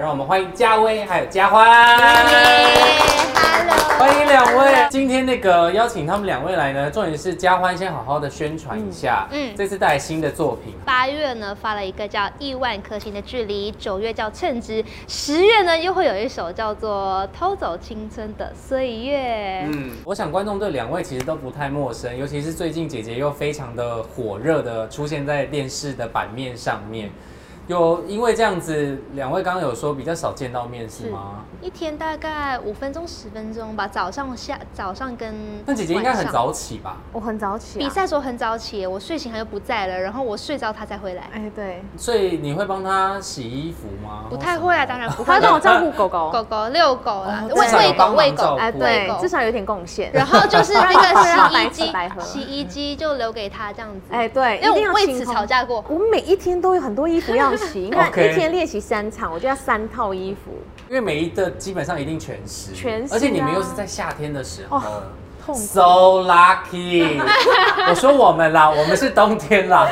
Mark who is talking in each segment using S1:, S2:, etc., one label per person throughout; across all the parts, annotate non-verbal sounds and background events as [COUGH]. S1: 让我们欢迎嘉威还有嘉欢。欢迎两位，今天那个邀请他们两位来呢，重点是嘉欢先好好的宣传一下，
S2: 嗯嗯
S1: 这次带来新的作品，
S2: 八月呢发了一个叫《亿万颗星的距离》，九月叫《称职》，十月呢又会有一首叫做《偷走青春的岁月》。
S1: 嗯，我想观众对两位其实都不太陌生，尤其是最近姐姐又非常的火热的出现在电视的版面上面，有因为这样子，两位刚刚有说比较少见到面是吗？
S2: 一天大概五分钟、十分钟吧，早上下早上跟
S1: 那姐姐应该很
S2: 晚上。
S1: 早起吧？
S3: 我很早起、啊。
S2: 比赛的时候很早起，我睡醒她就不在了，然后我睡着她才回来。
S3: 哎，对，
S1: 所以你会帮她洗衣服吗？
S2: 不太会啊，当然不会
S3: 他。帮我照顾狗狗。
S2: 狗狗遛狗啦，
S1: 哦
S2: 喂
S1: 至少有
S2: 喂狗
S1: 帮忙
S2: 喂
S1: 照顾，
S2: 狗
S1: 哦
S3: 哎，对
S2: 狗，
S3: 至少有点贡献。
S2: 然后就是那个洗衣
S3: 不然白
S2: 机，
S3: 喝
S2: 洗衣机就留给他这样子。
S3: 哎，对，
S2: 因
S3: 一定
S2: 为
S3: 要
S2: 我为
S3: 清
S2: 此
S3: 空
S2: 吵。架过。
S3: 我每一天都有很多衣服
S2: [LAUGHS]
S3: 要洗，你看
S1: OK
S3: 一天练习三场，我就要三套衣服，
S1: 因为每一的基本上一定全湿，
S3: 全湿
S1: 而且你们
S3: 啊
S1: 又是在夏天的时候。
S3: 哦痛苦。
S1: So lucky！我说我们
S3: [LAUGHS]
S1: 啦，我们是冬天啦。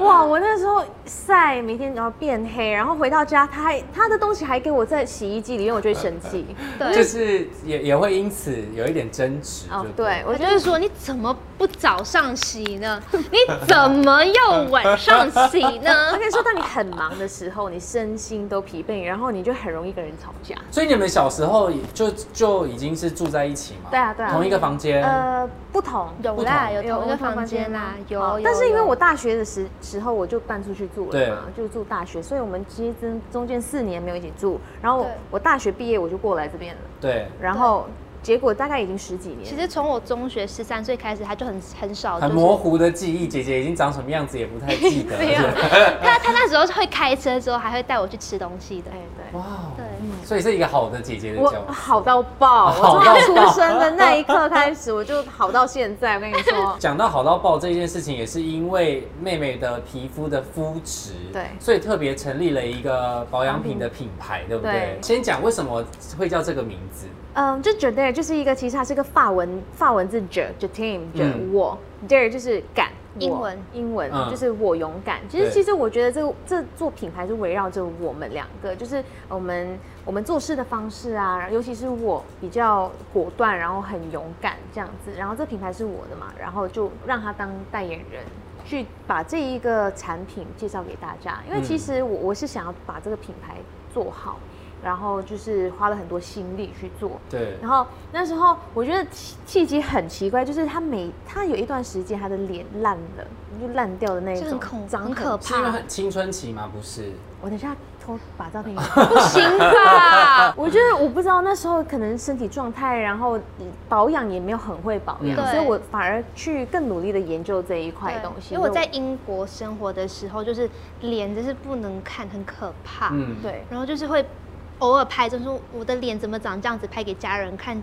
S3: 哇，我那时候晒，每天然后变黑，然后回到家，他还他的东西还给我在洗衣机里面，我就会生
S1: [LAUGHS]
S3: 气。
S1: 就
S2: 对，
S1: 是也也会因此有一点争执。
S3: 哦
S1: 就，
S3: 对，我
S2: 我
S3: 觉
S2: 就
S3: 得
S2: 是说，你怎么不早上洗呢？你怎么又晚上洗呢 [LAUGHS]
S3: 我？跟你说，当你很忙的时候，你身心都疲惫，然后你就很容易跟人吵架。
S1: 所以你们小时候也就就已经是住在一起嘛？
S3: 对啊对啊
S1: 同一个房间。
S3: 呃，不同，
S2: 有啦，有同一个房间啦，有。有
S3: 但是因为
S2: 有
S3: 我大学的时时候我就搬出去住了嘛，
S1: 对
S3: 就住大学，所以我们其实中中间四年没有一起住。然后我
S2: 对
S3: 我大学毕业我就过来这边了，
S1: 对，
S3: 然后结果大概已经十几年。
S2: 其实从我中学十三岁开始，他就很很少，
S3: 哦
S1: 很
S2: 就是
S1: 模糊的记忆，姐姐已经长什么样子也不太记
S3: [LAUGHS]
S1: 得。
S2: 没有
S1: 对
S2: 他
S3: 啊
S2: 他那时候会开车，之后还会带我去吃东西的
S3: 哎。对。
S1: 哇哦，
S2: 对，
S1: 所以是一个好的姐姐的
S3: 我
S1: 教育。
S3: 好到爆！
S1: 好
S3: 我
S1: 到
S3: 从
S1: 爆，
S3: 出生的那一刻开始，我就好到现在。我跟你说
S1: [LAUGHS] 讲到好到爆这件事情，也是因为妹妹的皮肤的肤质，
S3: 对
S1: 所以特别成立了一个保养品的品牌，对不对？
S3: 嗯对
S1: 先讲为什么会叫这个名字，
S3: 嗯，就 Jader 就是一个，其实它是个法文法文字 J j t e a m J
S1: 嗯
S3: 我 Dare 就是敢，我
S2: 英文
S3: 英文
S1: 嗯
S3: 就是我勇敢。其实
S1: 对
S3: 其实我觉得这个这做品牌是围绕着我们两个，就是呃我们我们做事的方式啊，尤其是我比较果断，然后很勇敢这样子。然后这品牌是我的嘛，然后就让他当代言人。去把这一个产品介绍给大家，因为其
S1: 嗯
S3: 实我我是想要把这个品牌做好，然后就是花了很多心力去做，
S1: 对，
S3: 然后那时候我觉得契契机很奇怪，就是他每他有一段时间他的脸烂了，就烂掉的那一
S2: 这
S3: 种，
S2: 很恐
S3: 长
S2: 很可
S1: 是因为
S2: 怕，
S1: 很青春期吗？不是，
S3: 我等一下偷把照片给你。
S2: 不行吧？
S3: [LAUGHS] 我觉得我不知道那时候可能身体状态，然后保养也没有很会保养，
S1: 嗯
S3: 所以我反而去更努力的研究这一块
S2: 对
S3: 东西。
S2: 因为我在英国生活的时候，就是脸真是不能看，很可怕。
S1: 嗯，
S3: 对
S2: 然后就是会偶尔拍，就是说我的脸怎么长这样子，拍给家人看。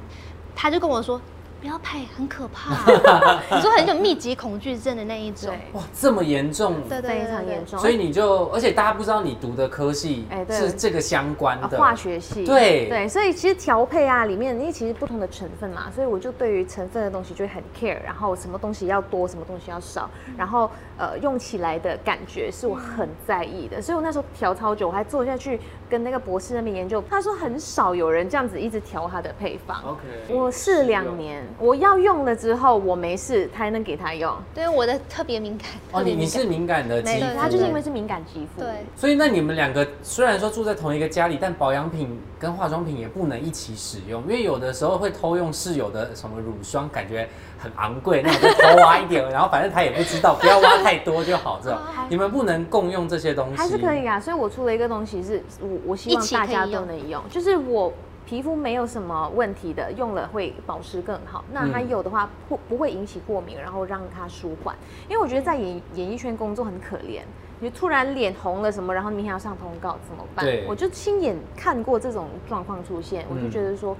S2: 他就跟我说，不要拍，很可怕、啊
S1: [LAUGHS]
S2: 你说很有密集恐惧症的那一种。
S3: 对
S1: 哇，这么严重，
S2: 对对对
S3: 非常严。重，
S1: 所以你就，而且大家不知道你读的科系
S3: 哎对
S1: 是这个相关
S3: 啊
S1: 的
S3: 化学系
S1: 对
S3: 对，所以其实调配啊，里面因为其实不同的成分嘛，所以我就对于成分的东西就会很 care，然后什么东西要多，什么东西要少，
S1: 嗯
S3: 然后呃用起来的感觉是我很在意的，所以我那时候调超久，我还坐下去跟那个博士那边研究，他说很少有人这样子一直调他的配方。
S1: ，OK，哦
S3: 我试两，年，我要用了之后我没事，他还能给他用。
S2: 对，我的特别敏感。
S1: 哦，
S2: 特
S1: 你你
S2: 别敏感
S1: 是敏感的肌
S3: 没
S1: 肤
S2: 对，
S3: 他就是因为是敏感肌肤，
S2: 对，
S1: 所以那你们两个虽然说住在同一个家里，但保养品跟化妆品也不能一起使用，因为有的时候会偷用室友的什么乳霜，感觉很昂贵，那我就偷挖一点，然后反正他也不知道，不要挖太多就好。这种你们不能共用这些东西，
S3: 还是可以啊，所以我出了一个东西是，我我希
S2: 一
S3: 望
S2: 起可
S3: 大
S2: 以
S3: 家都
S2: 用
S3: 能用，就是我皮肤没有什么问题的，用了会保湿更好。那它
S1: 嗯
S3: 有的话不不会引起过敏，然后让它舒缓。因为我觉得在演演艺圈工作很可怜，你突然脸红了什么，然后明天要上通告怎么办
S1: 对？
S3: 我就亲眼看过这种状况出现，我就
S1: 嗯
S3: 觉得说，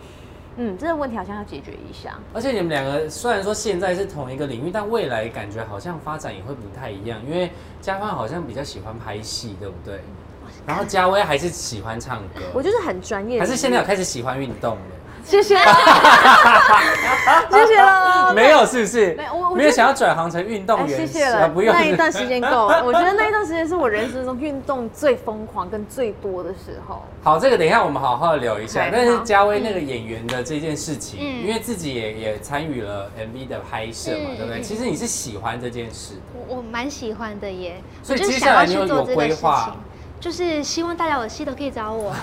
S3: 嗯，这个问题好像要解决一下。
S1: 而且你们两个虽然说现在是同一个领域，但未来感觉好像发展也会不太一样，因为嘉欢好像比较喜欢拍戏，对不对？然后嘉威还是喜欢唱歌，
S3: 我就是很专业，
S1: 还是现在有开始喜欢运动了，
S3: [LAUGHS] 谢谢，谢谢喽。
S1: 没有是不是？
S3: 哦没有，我我
S1: 没有想要转行成运动
S3: 哎，
S1: 员，
S3: 谢谢
S1: 啊
S3: 了，
S1: 不用
S3: 那一段时
S1: [LAUGHS]
S3: 间够了。我觉得那一段时间是我人生中运动最疯狂跟最多的时候。
S1: 好，这个等一下我们好好聊一下
S3: 对。
S1: 但是
S3: 好嗯
S1: 嘉威那个演员的这件事情，
S2: 嗯
S1: 因为自己也也参与了 MV 的拍摄嘛，
S2: 嗯
S1: 对不对？
S2: 嗯
S1: 其实你是喜欢这件事的，
S2: 我我蛮喜欢的耶，
S1: 所以
S2: 我就
S1: 接
S2: 是
S1: 下
S2: 想
S1: 来
S2: 要
S1: 你
S2: 去
S1: 有
S2: 做
S1: 有
S2: 这
S1: 规
S2: 个事
S1: 划
S2: 情，就是希望大家有戏都可以找我，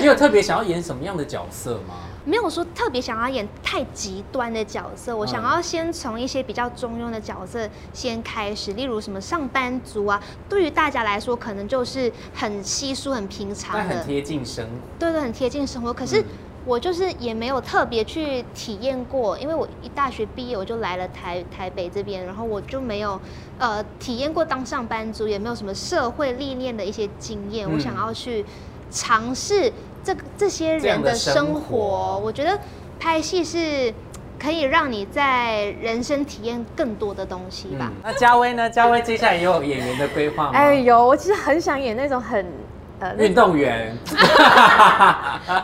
S1: 你有特别想要演什么样的角色
S3: [LAUGHS]
S1: 吗？
S2: 没有说特别想要演太极端的角色，我想
S1: 嗯
S2: 要先从一些比较中庸的角色先开始，例如什么上班族啊，对于大家来说可能就是很稀疏、很平
S1: 但
S2: 常
S1: 很
S2: 的，
S1: 贴近生活。
S2: 对对，很贴近生活。可是
S1: 嗯
S2: 我就是也没有特别去体验过，因为我一大学毕业我就来了台台北这边，然后我就没有呃体验过当上班族，也没有什么社会历练的一些经验。我
S1: 嗯
S2: 想要去尝试这个这些
S1: 这样
S2: 人
S1: 的
S2: 的生活，
S1: 生活
S2: 我觉得拍戏是可以让你在人生体验更多的东西吧。
S1: 嗯，那嘉威呢？嘉威接下来也有演员的规划吗？
S3: 哎呦，我其实很想演那种很呃，
S1: 啊运动员，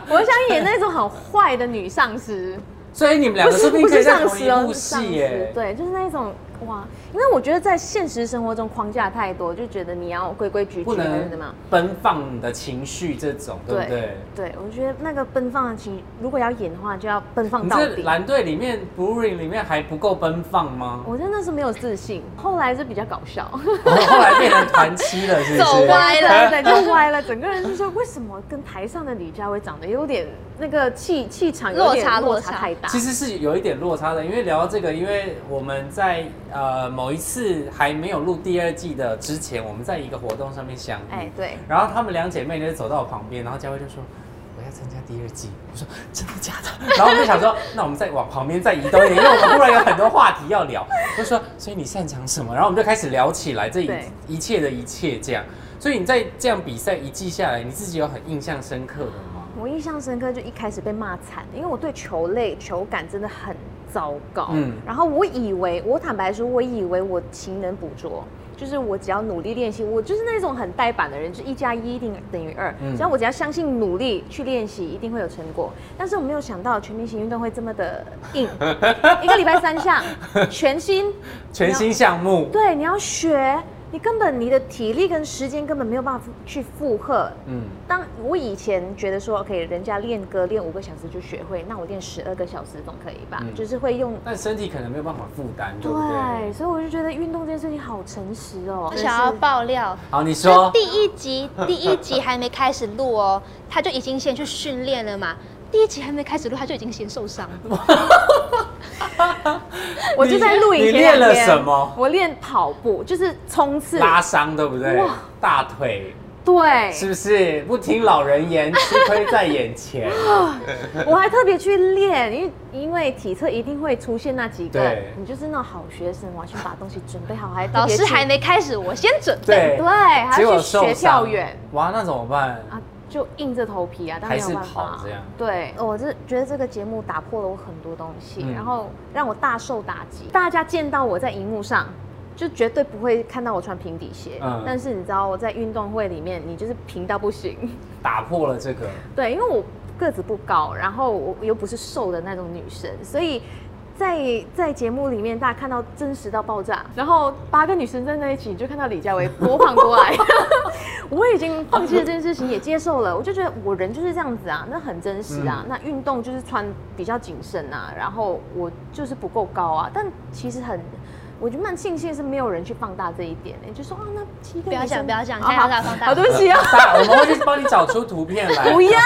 S3: 我想演那种很坏的女上
S1: [LAUGHS]
S3: 司，
S1: 所以你们两个说不定
S3: 不
S1: 可以
S3: 是
S1: 在
S3: 上
S1: 同
S3: 司
S1: 一
S3: 哦，
S1: 部
S3: 是上
S1: 戏
S3: 司
S1: 耶。。
S3: 对，就是那种哇，因为我觉得在现实生活中框架太多，就觉得你要规规矩矩
S1: 不
S3: 的
S1: 能
S3: 怎么样。
S1: 奔放你的情绪这种，对不对？
S3: 对，我觉得那个奔放的情，如果要演的话，就要奔放
S1: 你
S3: 到
S1: 这
S3: 底。
S1: 蓝队里面 Blueing 里面还不够奔放
S3: [LAUGHS]
S1: 吗？
S3: 我真的是没有自信，后来就比较搞笑，
S1: 然后后来变成团期了，是不是？
S2: 走
S3: 啊
S2: 歪了
S1: 哎
S3: 对对，就歪了，整个人就说为什么跟台上的李佳薇长得有点那个气气场有点
S2: 落差
S3: 落
S2: 落差
S3: 太大。
S1: 其实是有一点落差的，因为聊到这个，因为我们在呃某一次还没有录第二季的之前，我们在一个活动上面相遇，
S3: 哎，对，
S1: 然后她们两姐妹就走到我旁边，然后佳慧就说。我要参加第二季，我说真的假的？ [LAUGHS] 然后我就想说，那我们再往旁边再移动一点，因为我们忽然有很多话题要聊。我就说，所以你擅长什么？然后我们就开始聊起来这一
S3: 对
S1: 一切的一切这样。所以你在这样比赛一季下来，你自己有很印象深刻的吗？
S3: 我印象深刻，就一开始被骂惨，因为我对球类球感真的很糟糕。
S1: 嗯
S3: 嗯，然后我以为，我坦白说，我以为我勤能补拙，就是我只要努力练习，我就是那种很呆板的人，就一加一一定等于二、
S1: 嗯
S3: 只要我只要相信努力去练习，一定会有成果。但是我没有想到全明星运动会这么的硬，一个礼拜三项，全新，
S1: 全新项目，
S3: 对，你要学，你根本你的体力跟时间根本没有办法去负荷，
S1: 嗯，
S3: 当我以前觉得说，OK，人家练歌练五个小时就学会，那我练十二个小时总可以吧？
S1: 嗯
S3: 就是会用。
S1: 但身体可能没有办法负担，对不
S3: 对，
S1: 对？
S3: 所以我就觉得运动这件事情好诚实哦。
S2: 我想要
S3: 就是
S2: 爆料，
S1: 好，你说
S2: 就第一集，第一集还没开始录哦，他就已经先去训练了嘛。第一集还没开始录，他就已经先受伤了。
S3: 我就在录影
S1: 你
S3: 前两
S1: 练了
S3: 天
S1: 什么？
S3: 我练跑步，就是冲刺。
S1: 拉伤，对不对
S3: 哇？
S1: 大腿
S3: 对，
S1: 是不是？不听老人言，吃亏在眼前。
S3: 我还特别去练，因为因为体测一定会出现那几个
S1: 对，
S3: 你就是那种好学生，我要去把东西准备好，还特别
S2: 老师
S3: 去
S2: 还没开始，我先准备。
S1: 对
S3: 对，还
S1: 结
S3: 要
S1: 果
S3: 去
S1: 受
S3: 学
S1: 伤
S3: 跳远。
S1: 哇，那怎么办？
S3: 啊，就硬着头皮啊，但没有
S1: 还是
S3: 办法
S1: 跑
S3: 啊。
S1: 这样
S3: 对，我是觉得这个节目打破了我很多东西，
S1: 嗯
S3: 然后让我大受打击。大家见到我在荧幕上。就绝对不会看到我穿平底鞋，
S1: 嗯
S3: 但是你知道我在运动会里面，你就是平到不行。
S1: 打破了这个，
S3: 对，因为我个子不高，然后我又不是瘦的那种女生，所以在在节目里面大家看到真实到爆炸，然后八个女生站在一起，你就看到李佳薇多胖
S2: [LAUGHS]
S3: 多矮。我已经放弃了这件事情，也接受了。我就觉得我人就是这样子啊，那很真实啊。
S1: 嗯
S3: 那运动就是穿比较紧身啊，然后我就是不够高啊。但其实很，我就蛮庆幸是没有人去放大这一点、欸，就说啊，那七个
S2: 不要
S3: 女生
S2: 讲，不要讲，
S3: 好
S2: 太
S3: 好
S2: 要大放大。
S3: 好，对不起啊。
S1: 大我们会去帮你找出图片 [LAUGHS] 来。
S3: [LAUGHS] 不要。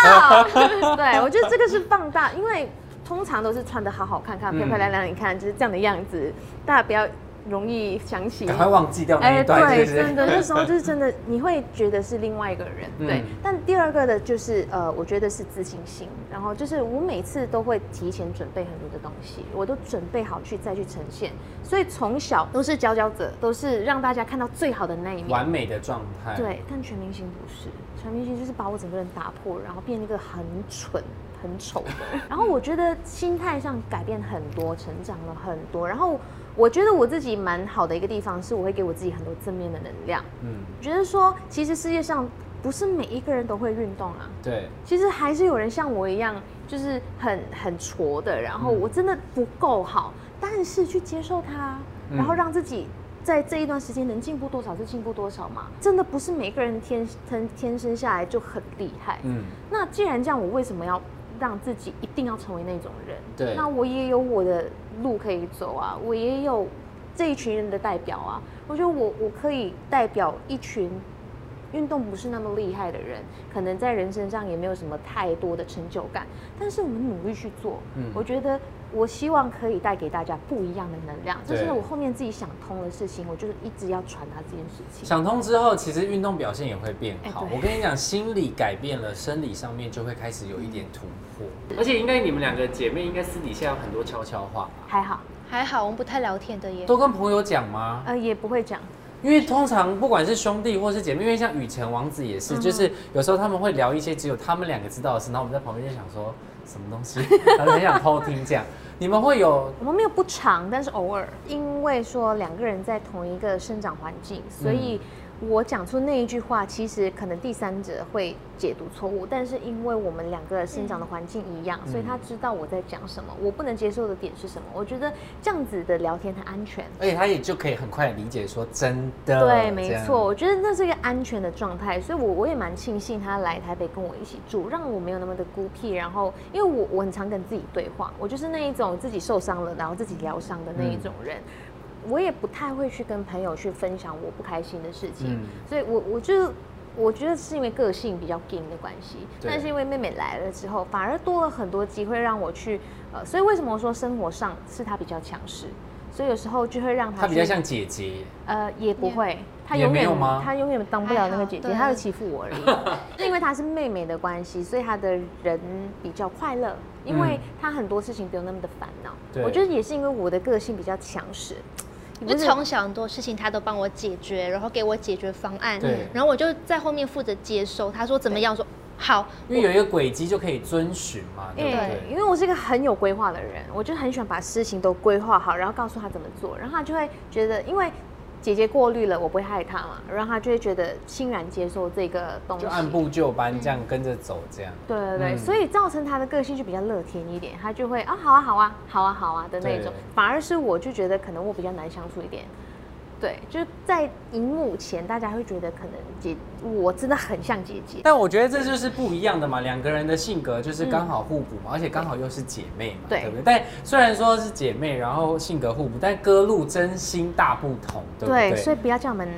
S3: 对，我觉得这个是放大，因为通常都是穿的好好看
S1: 嗯
S3: 看、漂漂亮亮，你看就是这样的样子，大家不要容易想起哎
S1: 赶。快忘记掉那一段，是
S3: 对，
S1: 不是
S3: 真？的，那时候就是真的，你会觉得是另外一个人，对。
S1: 嗯
S3: 但第二个的就是，呃，我觉得是自信心。然后就是我每次都会提前准备很多的东西，我都准备好去再去呈现。所以从小都是佼佼者，都是让大家看到最好的那一面。
S1: 完美的状态。，
S3: 对，但全明星不是，全明星就是把我整个人打破，然后变一个很蠢、很丑的人。然 [LAUGHS] 后我觉得心态上改变很多，成长了很多。然后我觉得我自己蛮好的一个地方是，我会给我自己很多正面的能量。
S1: 嗯，
S3: 觉得说，其实世界上不是每一个人都会运动啊，
S1: 对，
S3: 其实还是有人像我一样，就是很很挫的，然后我真的不够好，但是去接受它，
S1: 嗯
S3: 然后让自己。在这一段时间能进步多少就进步多少嘛，真的不是每个人天天天生下来就很厉害。
S1: 嗯，
S3: 那既然这样，我为什么要让自己一定要成为那种人？
S1: 对
S3: 那我也有我的路可以走啊，我也有这一群人的代表啊。我觉得我我可以代表一群运动不是那么厉害的人，可能在人生上也没有什么太多的成就感，但是我们努力去做，
S1: 嗯
S3: 我觉得。我希望可以带给大家不一样的能量，这是
S1: 对
S3: 我后面自己想通的事情，我就是一直要传达这件事情。
S1: 想通之后，其实运动表现也会变好。
S3: 哎对
S1: 我跟你讲，心理改变了，生理上面就会开始有一点突破。
S3: 嗯
S1: 而且应该你们两个姐妹应该私底下有很多悄悄话吧？
S3: 还好，
S2: 还好我们不太聊天的耶。
S1: 都跟朋友讲吗？
S3: 呃，也不会讲，
S1: 因为通常不管是兄弟或是姐妹，因为像雨辰王子
S3: 嗯
S1: 也是，就是有时候他们会聊一些只有他们两个知道的事，然后我们在旁边就想说什么东西， [LAUGHS] 然后很想偷听这样。你们会有
S3: 我们没有不长，但是偶尔，因为说两个人在同一个生长环境，所以我讲出那一句话，其实可能第三者会解读错误，但是因为我们两个生长的环境一样，所以他知道我在讲什么，我不能接受的点是什么。我觉得这样子的聊天很安全。
S1: 而且哎他也就可以很快理解说真的，
S3: 对，没
S1: 这样
S3: 错，我觉得那是一个安全的状态，所以我我也蛮庆幸他来台北跟我一起住，让我没有那么的孤僻。然后，因为我我很常跟自己对话，我就是那一种自己受伤了，然后自己疗伤的那
S1: 嗯
S3: 一种人。我也不太会去跟朋友去分享我不开心的事情，
S1: 嗯
S3: 所以我我就我觉得是因为个性比较硬的关系，
S1: 对
S3: 但是因为妹妹来了之后，反而多了很多机会让我去，呃，所以为什么我说生活上是她比较强势，所以有时候就会让她
S1: 他比较
S3: 去
S1: 像姐姐，
S3: 呃，也不会，他
S1: 也
S3: 永
S1: 没
S3: 远
S1: 有吗
S3: 他永远当不了那个姐姐，
S2: 还好对啊
S3: 他就欺负我而已。 [LAUGHS] 因为她是妹妹的关系，所以她的人比较快乐，因为
S1: 嗯
S3: 她很多事情不用那么的烦恼。
S1: 对
S3: 我觉得也是因为我的个性比较强势，
S2: 就从小很多事情他都帮我解决，然后给我解决方案
S1: 对，
S2: 然后我就在后面负责接收。他说怎么样，我说好，
S1: 因为有一个轨迹就可以遵循嘛，对不
S3: 对，因
S1: 对？
S3: 为我是一个很有规划的人，我就很喜欢把事情都规划好，然后告诉他怎么做，然后他就会觉得，因为姐姐过滤了，我不会害他嘛，然后他就会觉得欣然接受这个东西，
S1: 就按部就班这样跟着走这样。
S3: 对对对，
S1: 嗯
S3: 所以造成他的个性就比较乐天一点，他就会啊好啊好啊好啊好啊的那
S1: 对
S3: 种，反而是我就觉得可能我比较难相处一点。对，就是在荧幕前，大家会觉得可能姐我真的很像姐姐，
S1: 但我觉得这就是不一样的嘛，两个人的性格就是刚好互补嘛，而且刚好又是姐妹嘛，
S3: 嗯对
S1: 不对？但虽然说是姐妹，然后性格互补，但歌路真心大不同，对不对？
S3: 所以不要叫我们。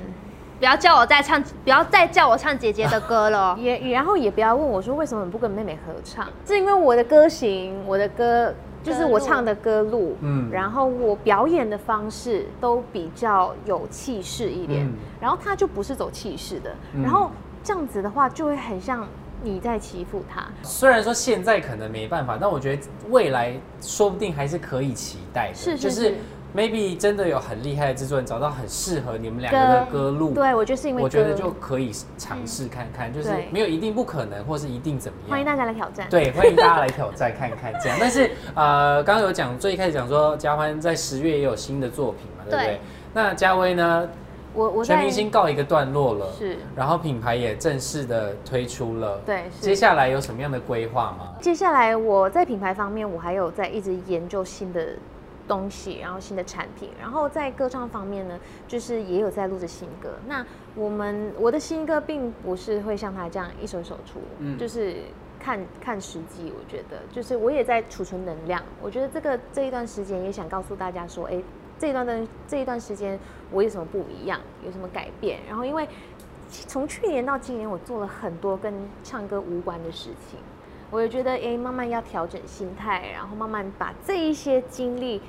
S2: 不要叫我再唱，不要再叫我唱姐姐的歌了
S3: 也也然后也不要问我说为什么你不跟妹妹合唱，是因为我的歌型，我的歌就是我唱的歌路，
S1: 嗯
S3: 嗯，然后我表演的方式都比较有气势一点，
S1: 嗯
S3: 然后他就不是走气势的，
S1: 嗯
S3: 然后这样子的话就会很像你在欺负他，
S1: 虽然说现在可能没办法，但我觉得未来说不定还是可以期待的，
S3: 是是
S1: 就是 maybe 真的有很厉害的制作人找到很适合你们两个的歌路，
S3: 对我就是因为
S1: 我觉得
S3: 歌嗯
S1: 就可以尝试看看，就是
S3: 对
S1: 没有一定不可能，或是一定怎么样。
S3: 欢迎大家来挑战，
S1: 对，欢迎大家来挑战看看这样。但是呃，刚刚有讲最一开始讲说，嘉欢在十月也有新的作品嘛，对不对？
S2: 对
S1: 那嘉威呢，
S3: 我我
S1: 全
S3: 在
S1: 明星告一个段落了，
S3: 是
S1: 然后品牌也正式的推出了，
S3: 对是
S1: 接下来有什么样的规划吗？
S3: 接下来我在品牌方面，我还有在一直研究新的东西，然后新的产品，然后在歌唱方面呢，就是也有在录着新歌。那我们我的新歌并不是会像他这样一首一首出，
S1: 嗯
S3: 就是。看看时机，我觉得就是我也在储存能量。我觉得这个这一段时间也想告诉大家说，哎、这一段的这一段时间我有什么不一样，有什么改变。然后因为从去年到今年，我做了很多跟唱歌无关的事情。我也觉得，诶，慢慢要调整心态，然后慢慢把这一些经历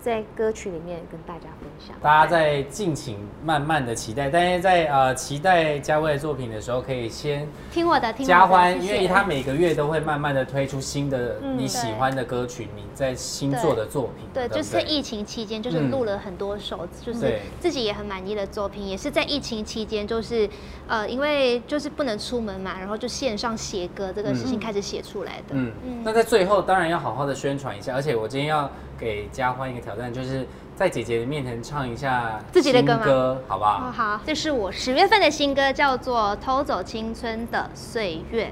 S3: 在歌曲里面跟大家分享。
S1: 大家在敬请慢慢的期待，但是在呃期待嘉威的作品的时候，可以先
S2: 听我的，听
S1: 嘉
S2: 我的，
S1: 欢，
S2: 谢
S1: 因
S2: 谢嗯
S1: 为他每个月都会慢慢的推出新的你喜
S2: 对
S1: 欢的歌曲，你在新
S2: 对
S1: 做的作品嘛，
S2: 对，
S1: 不
S2: 就是疫情期间，就是
S1: 嗯
S2: 录了很多首，就是
S1: 对
S2: 自己也很满意的作品，也是在疫情期间，就是呃，因为就是不能出门嘛，然后就线上写歌这个事情
S3: 嗯
S2: 开始写出来的。
S1: 嗯，那在最后当然要好好的宣传一下，而且我今天要给嘉欢一个挑战，就是在姐姐的面前唱一下
S2: 自己的歌吗
S1: 新歌，好不好？
S2: 哦，好，这是我十月份的新歌，叫做《偷走青春的岁月》。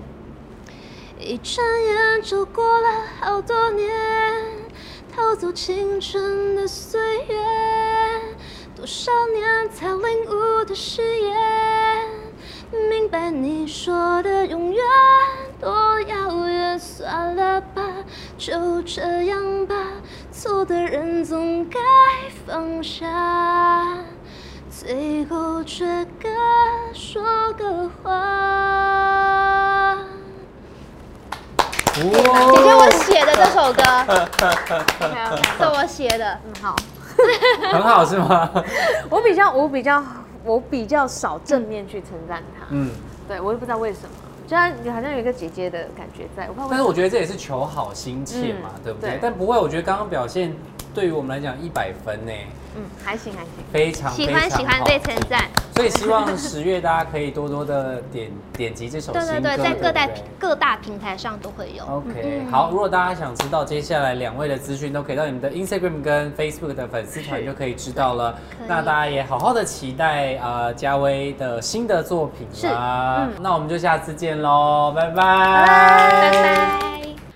S2: 一转眼就过了好多年，偷走青春的岁月，多少年才领悟的誓言，明白你说的永远多遥远，算了吧，就这样吧，错的人总该放下。最后却各说各话。姐 [LAUGHS] 姐，我
S1: 哇，
S2: 写的这首歌
S3: OK OK，
S2: 是我写的，
S3: 嗯好。
S1: 很好是吗？
S3: 我比较我比较我比较少正面去称赞他，
S1: 嗯，
S3: 对我也不知道为什么，就像好像有一个姐姐的感觉在，我不知道为
S1: 但
S3: 什
S1: 是
S3: 么
S1: 我觉得这也是求好心切嘛，
S3: 嗯
S1: 对不对？
S3: 对
S1: 但不会，我觉得刚刚表现对于我们来讲一百分呢，
S3: 嗯还行还行，
S1: 非常
S2: 喜欢
S1: 非常
S2: 喜欢
S1: 好
S2: 被称 [LAUGHS] 赞，
S1: 所以希望十月大家可以多多的点点击这首
S2: 对
S1: 新
S2: 对
S1: 歌，
S2: 对，在各大
S1: 对不对
S2: 各大平台上都会有。嗯
S1: OK，、好，如果大家想知道接下来两位的资讯，都可以到你们的 Instagram 跟 Facebook 的粉丝团就可以知道了
S2: 可以。
S1: 那大家也好好的期待呃嘉威的新的作品啦。那我们就下次见喽，拜拜，拜
S2: 嗯拜。拜，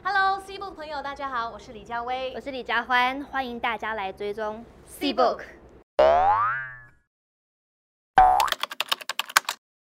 S4: Hello C Book 朋友，大家好，我是李佳薇
S2: 我。是李佳欢，欢迎大家来追踪 C
S4: C-Book